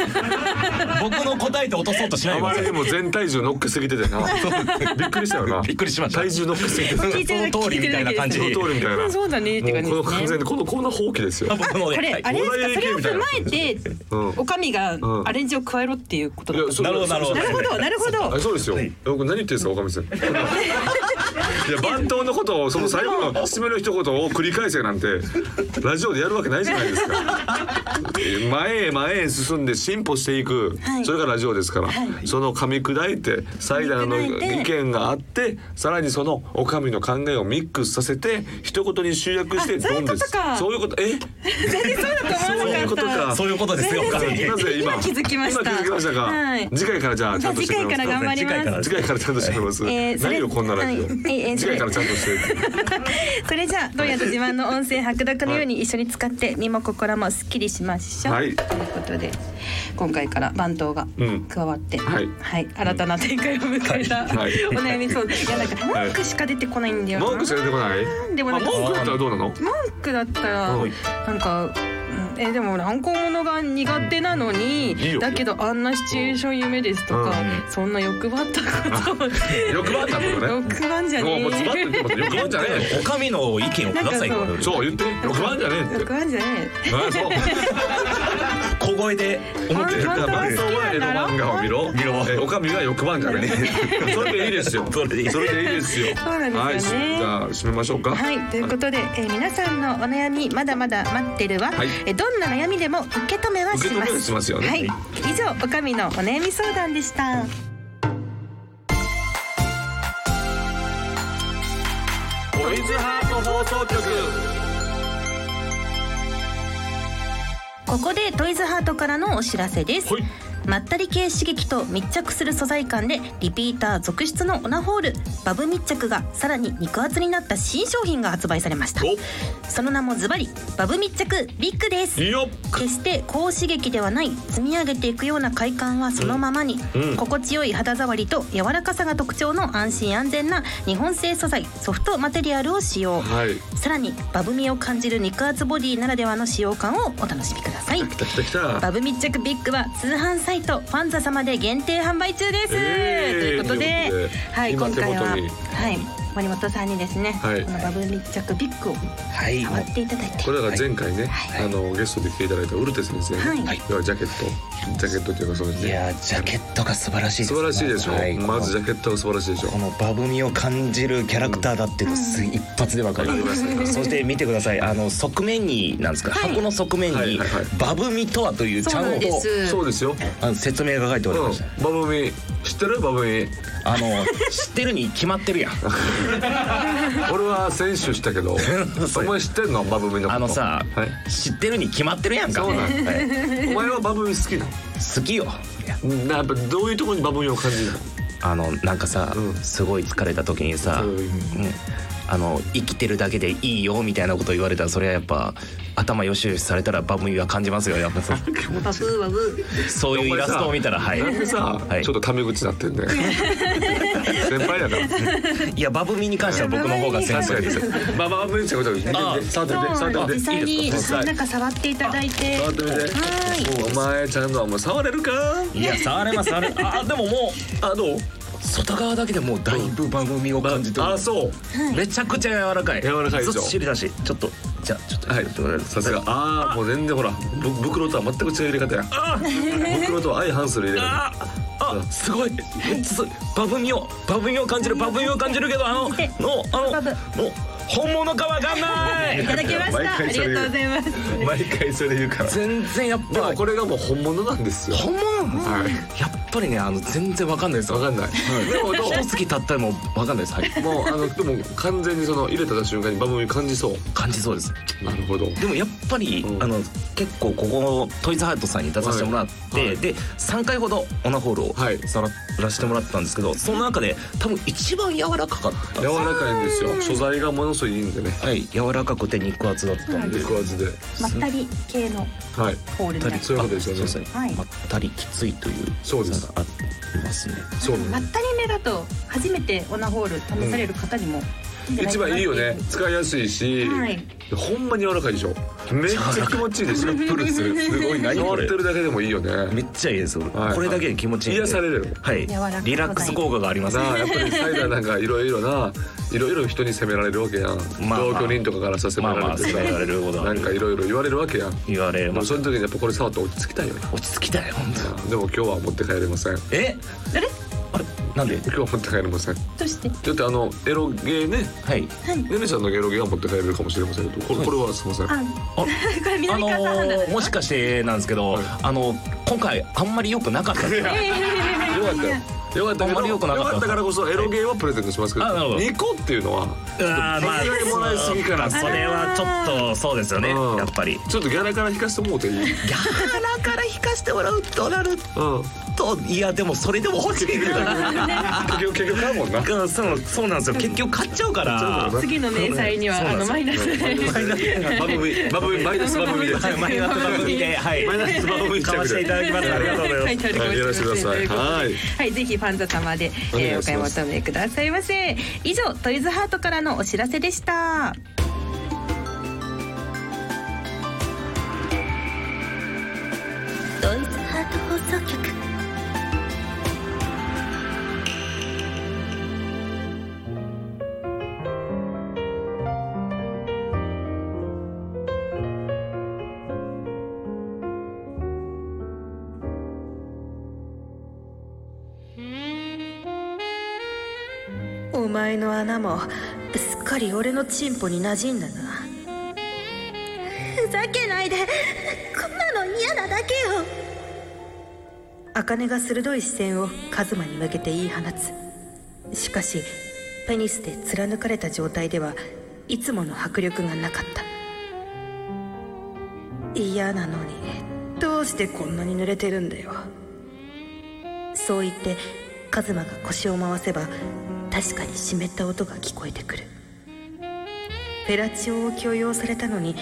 Speaker 5: 僕の答えて落とそうとしな
Speaker 3: あ
Speaker 5: いでく
Speaker 3: ま
Speaker 5: ださ
Speaker 3: りにも全体重ノックすぎてて なびっくりしたよない
Speaker 5: びっくりしました
Speaker 3: 体重ノックすぎててその
Speaker 2: 聞いてる
Speaker 5: その通りみたいな感じ
Speaker 3: 通りみたいな
Speaker 2: そうだねって感じ
Speaker 3: もう
Speaker 2: です
Speaker 3: この
Speaker 2: ね
Speaker 3: 完全にこのコーナー放棄ですよ
Speaker 5: 僕のね
Speaker 2: これ、
Speaker 5: はい
Speaker 2: あれです
Speaker 3: 小田
Speaker 2: か
Speaker 3: 切
Speaker 2: それを
Speaker 3: みた
Speaker 2: 踏
Speaker 3: いな
Speaker 2: まえて、
Speaker 3: うん
Speaker 2: おかみが
Speaker 3: うん
Speaker 2: アレンジを加えろっていうことだっ
Speaker 3: いやそ
Speaker 2: た、
Speaker 3: う
Speaker 5: なるほどなる
Speaker 2: なる
Speaker 5: ほど
Speaker 2: ほどなるほど
Speaker 3: あそうですよ、え僕何言ってるんですかおかみさんいや番頭のことをその最後の締めの一言を繰り返せなんてラジオでやるわけないじゃないですか前へ前へ進んで進歩していく、それがラジオですから、その噛み砕いて最大の意見があってさらにそのおかみの考えをミックスさせて一言に集約してドンです
Speaker 2: あ
Speaker 3: そういうことえそういうことか
Speaker 5: そういうことですよおかみ
Speaker 3: なぜ今
Speaker 2: 今気づきました
Speaker 3: 今気づきましたか、
Speaker 2: はい
Speaker 3: 次回からじゃあち
Speaker 2: じ
Speaker 3: ゃ
Speaker 2: ゃ
Speaker 3: ん
Speaker 2: あ
Speaker 3: とし
Speaker 2: 次
Speaker 3: てくれ
Speaker 2: 回か
Speaker 3: ます
Speaker 2: ら頑張り
Speaker 5: 次回から
Speaker 2: ます
Speaker 3: 次回からちゃんとしてます。
Speaker 4: えーそれ
Speaker 3: 何よこんなラジオ。
Speaker 4: はいえーえー
Speaker 3: 次回からちゃんとして。
Speaker 4: それじゃあ、どうやと自慢の温泉白濁のように一緒に使って、身も心もすっきりしましょう。
Speaker 3: はい
Speaker 4: ということで、今回から番頭が
Speaker 3: うん
Speaker 4: 加わって、
Speaker 3: はい
Speaker 4: はい、新たな展開を迎えた、
Speaker 3: はい
Speaker 4: お悩み相談。いや、なんか文句しか出てこないんだよな。
Speaker 3: 文句しか出てこない。
Speaker 4: でも
Speaker 3: あ
Speaker 4: なんか
Speaker 3: 文句だったらどうなの？
Speaker 4: 文句だったら、
Speaker 3: はい
Speaker 4: なんか。うんえでも乱行者が苦手なのに、
Speaker 3: いいよ
Speaker 4: だけどあんなシチュエーション夢ですとか、そんな欲張った ことを
Speaker 3: 欲張ったってことね。
Speaker 4: 欲張んじゃ
Speaker 3: もう
Speaker 4: ね
Speaker 3: もう詰まって
Speaker 4: え
Speaker 3: るってこと。欲張んじゃねえよ。
Speaker 5: おかみの意見をください
Speaker 4: なんか
Speaker 5: そう
Speaker 3: そう言って。欲張んじゃねえって。
Speaker 4: 欲張んじゃね
Speaker 3: あそう。
Speaker 5: 小声で思ってる
Speaker 3: だから
Speaker 5: ま
Speaker 3: 番
Speaker 5: す
Speaker 3: 頭はエロ漫画を見ろ。
Speaker 5: 見ろ
Speaker 3: えおかみは欲張んじゃねえ。それでいいですよ。
Speaker 5: それでいい
Speaker 3: それでいいですよ。
Speaker 4: うなんですよね
Speaker 3: はい。じゃあ締めましょうか。
Speaker 4: えはいということで、えー皆さんのお悩みまだまだ待ってるわ、
Speaker 3: はい
Speaker 4: えーどんな悩みでも受け止めは
Speaker 3: 受
Speaker 4: し
Speaker 3: け止
Speaker 4: ま
Speaker 3: め
Speaker 4: す
Speaker 3: はしますよね。
Speaker 4: はい以上おかみのお悩み相談でした
Speaker 3: トイズハート放送局。
Speaker 4: ここでトイズハートからのお知らせです、
Speaker 3: はい
Speaker 4: まったり系刺激と密着する素材感でリピーター続出のオナホールバブ密着がさらに肉厚になった新商品が発売されましたその名もズバリバブ密着ビッグです
Speaker 3: いいよ
Speaker 4: 決して高刺激ではない積み上げていくような快感はそのままに、
Speaker 3: うん
Speaker 4: 心地よい肌触りと柔らかさが特徴の安心安全な日本製素材ソフトマテリアルを使用
Speaker 3: はい
Speaker 4: さらにバブみを感じる肉厚ボディならではの使用感をお楽しみください
Speaker 3: 来た来た来た
Speaker 4: バブ密着ビッグは通販サイトファンザ様で限定販売中です、
Speaker 3: えー
Speaker 4: ということで
Speaker 3: ということで
Speaker 4: はい
Speaker 3: 今
Speaker 4: 今回は
Speaker 3: 手元に
Speaker 4: はい森本さんにですね、
Speaker 3: はい
Speaker 4: このバブ密着ビッグを
Speaker 5: はい
Speaker 4: 触っていただいて
Speaker 3: これだから前回ね、
Speaker 4: はい
Speaker 3: あのゲストで来ていただいたウルテ先生の、
Speaker 4: はい
Speaker 3: 要はジャケットジャケットっていうかそうです
Speaker 5: いや
Speaker 3: ね
Speaker 5: ージャケットが素晴らしいです
Speaker 3: 素
Speaker 5: ね
Speaker 3: 晴らしいでしょ、
Speaker 5: はい
Speaker 3: まずジャケットが素晴らしいでしょ
Speaker 5: このバブみを感じるキャラクターだっていうのす一発でわかります、そして見てくださいあの側面になんですか、箱の側面に、
Speaker 3: はいはいはい
Speaker 5: バブみとはというちゃんと
Speaker 3: そうですよ、
Speaker 5: あの説明が書いてお
Speaker 3: う
Speaker 5: り
Speaker 3: ん
Speaker 5: ました、、
Speaker 3: バブミ知ってるバブミ
Speaker 5: あの知ってるに決まってるやん
Speaker 3: 俺は選手した けどお前知ってんのバブミのこと
Speaker 5: あのさ、
Speaker 3: はい、
Speaker 5: 知ってるに決まってるやんか
Speaker 3: そうなん
Speaker 5: はい
Speaker 3: お前はバブミ好きな
Speaker 5: 好きよいや
Speaker 3: のなやっぱどういうところにバブミを感じるの
Speaker 5: あのなんかさ、
Speaker 3: うん
Speaker 5: すごい疲れた時にさ、
Speaker 3: うん
Speaker 5: ねあの生きてるだけでいいよみたいなこと言われたらそれはやっぱ頭よしよしされたらバブミは感じますよやっぱ そう
Speaker 2: バブーバブ
Speaker 5: そういうイラストを見たらはい
Speaker 3: なんでさ、
Speaker 5: はい
Speaker 3: ちょっとタメ口になって んだよ先輩やから
Speaker 5: いやバブミに関しては僕の方が先
Speaker 3: 確か
Speaker 5: 輩
Speaker 3: に
Speaker 5: です
Speaker 3: バブミってことで
Speaker 5: あー
Speaker 3: 触ってみて触ってみて
Speaker 4: 実際
Speaker 3: いい
Speaker 4: に
Speaker 3: ですか
Speaker 4: 中触っていただいて
Speaker 3: 触ってみてもうお前ちゃんとはもう触れるか
Speaker 5: いや触れます触れます あでもも
Speaker 3: あどう
Speaker 5: う外側だけでもうだいぶバブミを感じてる
Speaker 3: あそう
Speaker 5: めちゃくちゃ柔らかい
Speaker 3: 柔らかいでしょ
Speaker 5: ずっしりだしちょっとじゃあちょっと
Speaker 3: はいさすがああもう全然ほらぶ袋とは全く違う入れ方や袋とは相反する入れ方
Speaker 5: ああすごいめっちゃすごいバブミをバブミを感じるバブミを感じるけどあののあのの本物かわかんない
Speaker 4: いただきまし
Speaker 3: 毎
Speaker 4: たあ
Speaker 3: 回
Speaker 4: り
Speaker 3: そ
Speaker 4: が
Speaker 3: れ
Speaker 4: とうございます
Speaker 3: 毎回それ言うから
Speaker 5: 全然やっ
Speaker 3: で
Speaker 5: ぱ
Speaker 3: もこれがもう本物なんですよ
Speaker 5: 本物
Speaker 3: はい
Speaker 5: やっぱりねあの全然わかんないです
Speaker 3: わかんないでもどう
Speaker 5: 一月経ったらもうわかんないですはい
Speaker 3: もうあのでも完全にその入れた瞬間にバブミ感じそう
Speaker 5: 感じそうです
Speaker 3: なるほど
Speaker 5: でもやっぱり、
Speaker 3: うん
Speaker 5: あの結構ここのトイズハートさんに出させてもらって、
Speaker 3: はいはい
Speaker 5: で3回ほどオナホール
Speaker 3: はい
Speaker 5: をさらしてもらったんですけどその中で多分一番柔らかかった
Speaker 3: 柔らかいんですよ素材がものすごいいいんでね
Speaker 5: はい柔らかくて肉厚だったんで、
Speaker 3: 肉厚で
Speaker 4: まったり系の
Speaker 3: はい
Speaker 4: ホールみたいな
Speaker 3: そういうことですよね
Speaker 5: あそうですね
Speaker 4: はい
Speaker 5: まったりきついという
Speaker 3: そうです
Speaker 5: 差がありますね
Speaker 3: そう
Speaker 4: まったりめだと初めてオナホール試される方にもいいんじゃな
Speaker 3: 一
Speaker 4: かな
Speaker 3: 番いいよね使いやすいし、
Speaker 4: はい
Speaker 3: ほんまに柔らかいでしょめっちゃ気持ちいいでしょプルするすごい
Speaker 5: 何
Speaker 3: 触
Speaker 5: こ
Speaker 3: っ
Speaker 5: れ
Speaker 3: てるだけでもいいよね
Speaker 5: めっちゃいいです、
Speaker 3: はい
Speaker 5: これだけで気持ちいいんで
Speaker 3: 癒される
Speaker 5: はい
Speaker 4: 柔らかい
Speaker 5: リラックス効果がありますね
Speaker 3: なあやっぱりサイダーなんかいろいろないろいろ人に責められるわけやん、
Speaker 5: まあ
Speaker 3: 同居人とかからさ責め
Speaker 5: まあ
Speaker 3: ら
Speaker 5: ま
Speaker 3: れ
Speaker 5: あ
Speaker 3: て
Speaker 5: そう
Speaker 3: さ、
Speaker 5: 言われることは
Speaker 3: なんかいろいろ言われるわけやん
Speaker 5: 言われ
Speaker 3: でも
Speaker 5: ま
Speaker 3: う
Speaker 5: す
Speaker 3: その時にやっぱこれ触って落ち着きたいよね
Speaker 5: 落ち着きたい本当
Speaker 3: でも今日は持って帰れません今
Speaker 5: えあれあれなんで
Speaker 3: 日は持って帰れません
Speaker 4: として
Speaker 3: だってあのエロゲーね
Speaker 5: はい
Speaker 3: ねねちゃんのエロゲーは持って帰れるかもしれませんけどこれこれはすいません
Speaker 4: あ
Speaker 5: あ
Speaker 4: これ
Speaker 5: あ
Speaker 4: 南
Speaker 5: の
Speaker 4: 川さん判断です
Speaker 5: ー、もしかしてなんですけど、あの今回あんまり良くなかったですね。
Speaker 3: よかったよ。よかったけ
Speaker 5: あんま
Speaker 3: ど。よ
Speaker 5: り良くなかった
Speaker 3: かったからこそエロゲーはプレゼントしますけど、
Speaker 5: あなるほど
Speaker 3: 2個っていうのは
Speaker 5: あーま
Speaker 3: さすがにもらいすぎかな
Speaker 5: あそれはちょっとそうですよね。
Speaker 3: うん
Speaker 5: やっぱり。
Speaker 3: ちょっとギャラから引かせてもうていい。
Speaker 5: ギャラから引かしてもらうとなる
Speaker 3: うん。
Speaker 5: といやでもそれでも欲しいけど
Speaker 3: 結局結局買うもん な。
Speaker 5: うんそうそうなんですよ結局買っちゃうか
Speaker 3: 買
Speaker 5: ら
Speaker 3: っちゃうからね
Speaker 2: 次の明細には
Speaker 5: そうな
Speaker 2: あ
Speaker 5: んで
Speaker 2: の
Speaker 5: すよ
Speaker 2: マイナス
Speaker 3: バブミバブミマイナスバブミです。
Speaker 5: はいマイナス番組ではい
Speaker 3: マイナスバブミ
Speaker 5: 買わせていただきますありがとうござ
Speaker 2: 書
Speaker 5: い
Speaker 2: い
Speaker 5: ま
Speaker 2: てあるかもし
Speaker 3: や
Speaker 2: れ
Speaker 3: ら
Speaker 2: ませ
Speaker 3: せて
Speaker 2: ん
Speaker 3: くだ
Speaker 2: とうこ
Speaker 3: さい。
Speaker 2: とで
Speaker 3: はい。
Speaker 4: はい、ぜひファンザ様で、
Speaker 3: お願いし
Speaker 4: えー、
Speaker 3: ま
Speaker 4: お
Speaker 3: す
Speaker 4: 買い求めくださいませ。以上、トイズハートからのお知らせでした。
Speaker 1: ドイツハート放送局
Speaker 7: お前の穴もすっかり俺のチンポに馴染んだな
Speaker 1: ふざけないでこんなの嫌なだけよ
Speaker 7: 茜が鋭い視線をカズマに向けて言い放つしかしペニスで貫かれた状態ではいつもの迫力がなかった嫌なのにどうしてこんなに濡れてるんだよそう言ってカズマが腰を回せば確かに湿った音が聞こえてくるフェラチオを強要されたのに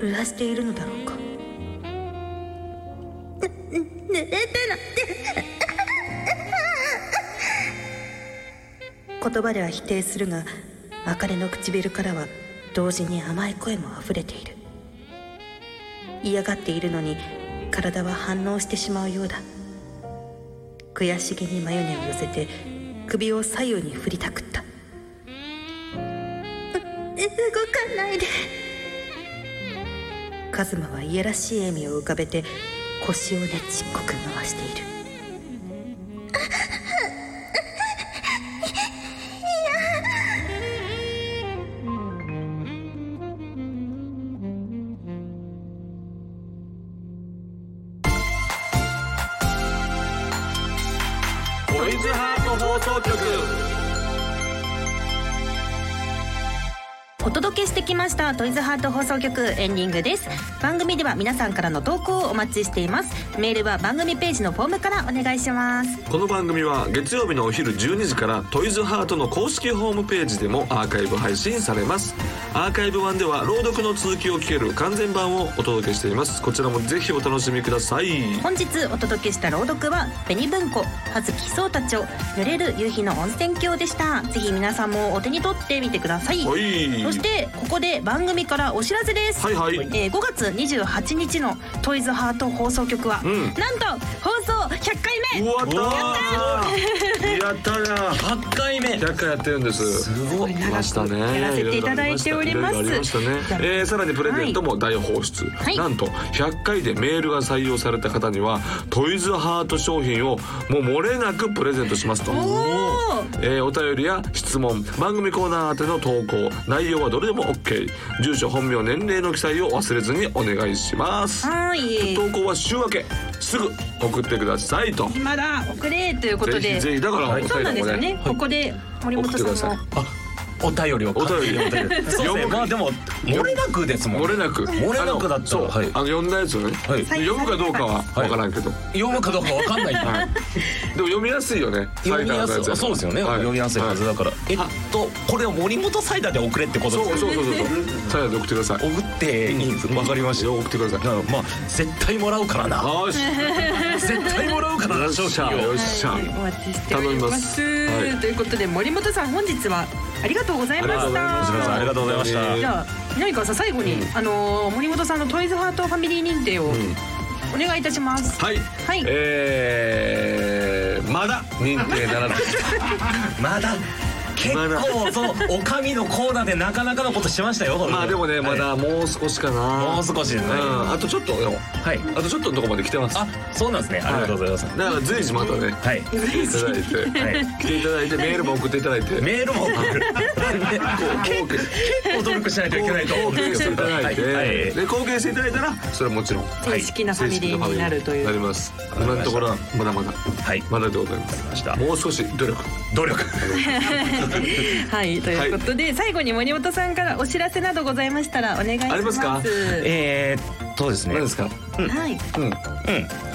Speaker 7: 濡らしているのだろうか
Speaker 1: 濡れてない
Speaker 7: 言葉では否定するが茜の唇からは同時に甘い声も溢れている嫌がっているのに体は反応してしまうようだ悔しげに眉根を寄せて首を左右に振りたくった
Speaker 1: 動かないで
Speaker 7: カズマはいやらしい笑みを浮かべて腰をねちっこく回している
Speaker 3: トイズハート放送局
Speaker 1: お届けしてきましたトイズハート放送局エンディングです番組では皆さんからの投稿をお待ちしていますメールは番組ページのフォームからお願いします
Speaker 3: この番組は月曜日のお昼12時からトイズハートの公式ホームページでもアーカイブ配信されますアーカイブ版では朗読の続きを聞ける完全版をお届けしていますこちらもぜひお楽しみください
Speaker 1: 本日お届けした朗読は紅文庫葉月草太町濡れる夕日の温泉郷でしたぜひ皆さんもお手に取ってみてください
Speaker 3: おい
Speaker 1: そしてここで番組からお知らせです、
Speaker 3: はいはい
Speaker 1: えー5月28日のトイズハート放送局は、
Speaker 3: ん
Speaker 1: なんと放送100回目
Speaker 3: うわったーやったな
Speaker 5: 八回目
Speaker 3: 100回やってるんです
Speaker 5: すごい
Speaker 3: やりましたね。
Speaker 1: やらせていただいております
Speaker 3: いろいろありましたね。えーさらにプレゼントも大放出。
Speaker 1: い
Speaker 3: なんと100回でメールが採用された方にはトイズハート商品をもう漏れなくプレゼントしますと。えーお便りや質問番組コーナー宛ての投稿内容はどれでも OK 住所本名年齢の記載を忘れずにお願いします
Speaker 1: はい
Speaker 3: 投稿は週明けすぐ送ってくださいと
Speaker 1: まだ遅れということで
Speaker 3: ぜひぜひだからお
Speaker 1: そう
Speaker 3: 便
Speaker 1: なん
Speaker 3: り
Speaker 1: で
Speaker 3: も
Speaker 1: すよね、
Speaker 3: ね
Speaker 1: ここで森本
Speaker 3: 送ってく
Speaker 1: さ
Speaker 3: ださ
Speaker 1: ん
Speaker 3: い
Speaker 1: も
Speaker 5: あお便りを
Speaker 3: お便り
Speaker 5: お便りそうですねまあでも漏れなくですもん
Speaker 3: 漏れなく
Speaker 5: 漏れなくだった
Speaker 3: あのそう、
Speaker 5: はい
Speaker 3: あの読んだやつをね、
Speaker 5: はい
Speaker 3: 読むかどうかは分からんけど、
Speaker 5: 読むかどうかわかんない
Speaker 3: はいでも読みやすいよね
Speaker 5: 読みやす
Speaker 3: サイダーのやつ
Speaker 5: いそうですよね、
Speaker 3: は
Speaker 5: 読みやすいはずだから、えっとこれを森本サイダーで送れってこと
Speaker 3: そ
Speaker 5: で
Speaker 3: う
Speaker 5: す
Speaker 3: そう
Speaker 5: か
Speaker 3: そうそう サイダーで送ってください
Speaker 5: 送っていいんですわかりました
Speaker 3: 送ってください
Speaker 5: だからまあ絶対もらうからな
Speaker 3: よし
Speaker 5: 絶対もらうからな商品
Speaker 3: よ
Speaker 5: を
Speaker 3: っしゃ
Speaker 4: はい、お待ちしております
Speaker 3: 頼みますはい
Speaker 4: ということで森本さん本日はありがとうございました
Speaker 5: ありがとうございました
Speaker 4: じゃあ何かさ最後に、あのー森本さんのトイズハートファミリー認定をお願いいたします、
Speaker 3: はい、
Speaker 4: はい
Speaker 3: えー、まだ認定なら ない
Speaker 5: まだ結
Speaker 3: まだ
Speaker 5: 構そうおかみのコーナーでなかなかのことしましたよ
Speaker 3: まあでもね
Speaker 5: はい
Speaker 3: まだもう少しかな
Speaker 5: もう少しですね
Speaker 3: うんあとちょっとでも
Speaker 5: はい
Speaker 3: あとちょっとのとこまで来てます
Speaker 5: あそうなんですねありがとうございます
Speaker 3: だから随時またね
Speaker 5: はい、
Speaker 3: 来ていただいて
Speaker 5: はい、
Speaker 3: 来ていただいてメールも送っていただいて
Speaker 5: メールも送る
Speaker 3: こう
Speaker 5: 結構努力しないといけないと思う
Speaker 3: 貢
Speaker 5: ん
Speaker 3: 献
Speaker 5: で
Speaker 3: して
Speaker 5: すけ
Speaker 3: い
Speaker 5: ど
Speaker 3: ただいて、
Speaker 5: はい
Speaker 3: で貢献していただいたらそれはもちろん
Speaker 4: 正式なファミリーになるとい
Speaker 3: な
Speaker 4: う
Speaker 3: ります今のところはまだまだ
Speaker 5: はい
Speaker 3: まだでございます
Speaker 5: ました
Speaker 3: もう少し努力
Speaker 5: 努 力
Speaker 4: はいということで、最後に森本さんからお知らせなどございましたらお願いします
Speaker 3: ありますか
Speaker 5: えー、っとですね
Speaker 3: 何ですか
Speaker 4: はい
Speaker 3: うん
Speaker 5: うん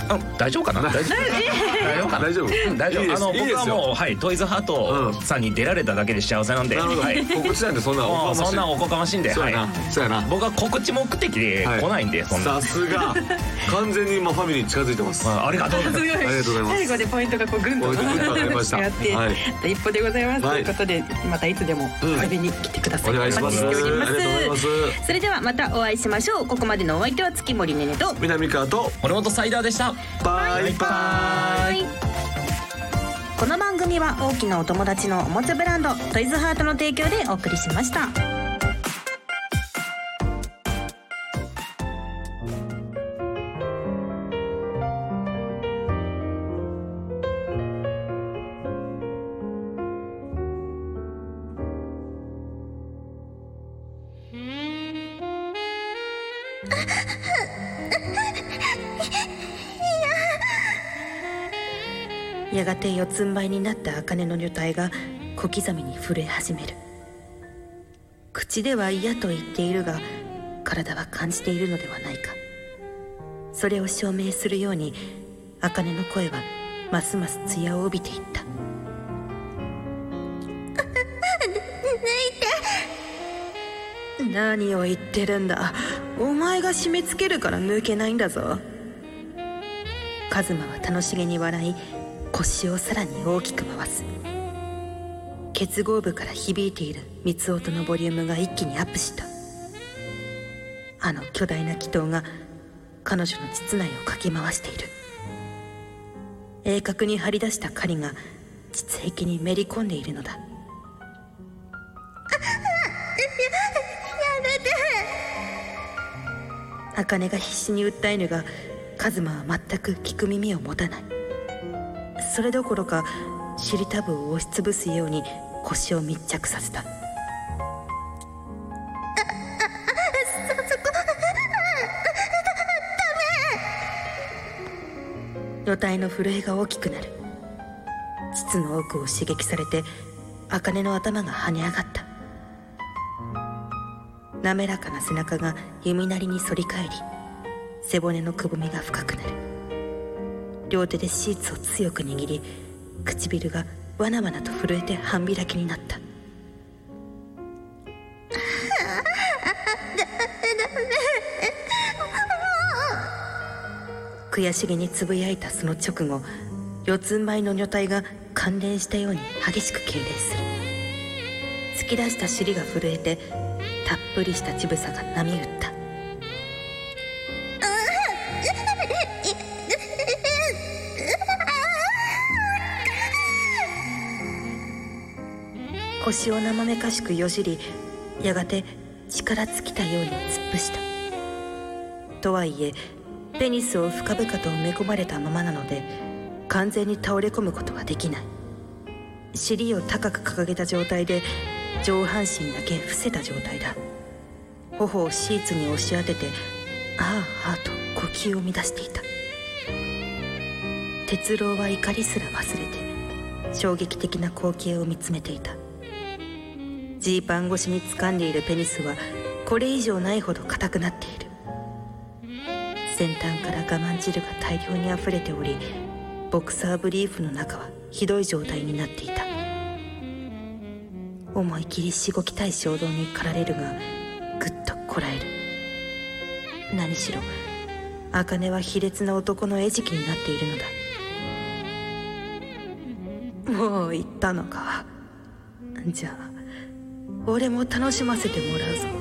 Speaker 5: あ大丈夫かな大丈夫大丈夫かな
Speaker 3: 大丈夫
Speaker 5: 大丈
Speaker 3: いいで
Speaker 5: 夫あ
Speaker 3: す
Speaker 5: の
Speaker 3: いい
Speaker 5: 僕
Speaker 3: です
Speaker 5: は
Speaker 3: よ
Speaker 5: もうはいトイズハートさんに出られただけで幸せなんで、
Speaker 3: なるほど
Speaker 5: はい、
Speaker 3: 告知なんてそんなおこ
Speaker 5: も
Speaker 3: が
Speaker 5: う
Speaker 3: ましい
Speaker 5: そんなおこがましいんで、
Speaker 3: そう
Speaker 5: はい
Speaker 3: や、な、そうやな
Speaker 5: 僕は告知目的で来ないんで、そんな、
Speaker 3: さすが完全に今ファミリーに近づいてます
Speaker 5: まあ、ありがとうござい
Speaker 4: す
Speaker 5: ま
Speaker 4: ごい
Speaker 3: りがとうございます
Speaker 4: 最後でポイントがこうぐんと
Speaker 3: ポイントが上がりました
Speaker 4: 上がって、
Speaker 3: はい
Speaker 4: あと一歩でございます、
Speaker 3: はい
Speaker 4: ということでまたいつでも
Speaker 3: うん
Speaker 4: 食べに来てくださ
Speaker 3: お
Speaker 4: い、
Speaker 3: 願いします
Speaker 4: お
Speaker 3: あ
Speaker 4: 待
Speaker 3: り
Speaker 4: ち
Speaker 3: が
Speaker 4: して
Speaker 3: と
Speaker 4: お
Speaker 3: う
Speaker 4: り
Speaker 3: ご
Speaker 4: ます
Speaker 3: ざいます
Speaker 1: それではまたお会いしましょうここまでのお相手は月森ねねと
Speaker 3: 南川と
Speaker 5: す森本サイダーでした
Speaker 3: バイバイ
Speaker 1: この番組は大きなお友達のおもちゃブランドトイズハートの提供でお送りしました
Speaker 7: やがて四つん這いになった茜の女体が小刻みに震え始める口では嫌と言っているが体は感じているのではないかそれを証明するように茜の声はますます艶を帯びていった何を言ってるんだお前が締め付けるから抜けないんだぞカズマは楽しげに笑い腰をさらに大きく回す結合部から響いている三音のボリュームが一気にアップしたあの巨大な祈祷が彼女の膣内をかき回している鋭角に張り出した狩りが膣壁にめり込んでいるのだ茜が必死に訴えるがカズマは全く聞く耳を持たないそれどころか尻タブを押しつぶすように腰を密着させた女体の震えが大きくなる膣の奥を刺激されて茜の頭が跳ね上がった滑らかな背中が弓なりに反り返り背骨のくぼみが深くなる両手でシーツを強く握り唇がわなわなと震えて半開きになった悔しげにつぶやいたその直後四つん這いの女体が関連したように激しく痙攣する突き出した尻が震えてたっぷりした乳房が波打った腰を生めかしくよじりやがて力尽きたように突っ伏したとはいえペニスを深々と埋め込まれたままなので完全に倒れ込むことはできない尻を高く掲げた状態で上半身だけ伏せた状態だ頬をシーツに押し当ててああああと呼吸を乱していた哲郎は怒りすら忘れて衝撃的な光景を見つめていたジーパン越しに掴んでいるペニスはこれ以上ないほど硬くなっている先端から我慢汁が大量に溢れておりボクサーブリーフの中はひどい状態になっていた思い切りしごきたい衝動に駆られるがぐっとこらえる何しろ茜は卑劣な男の餌食になっているのだもう行ったのかじゃあ俺も楽しませてもらうぞ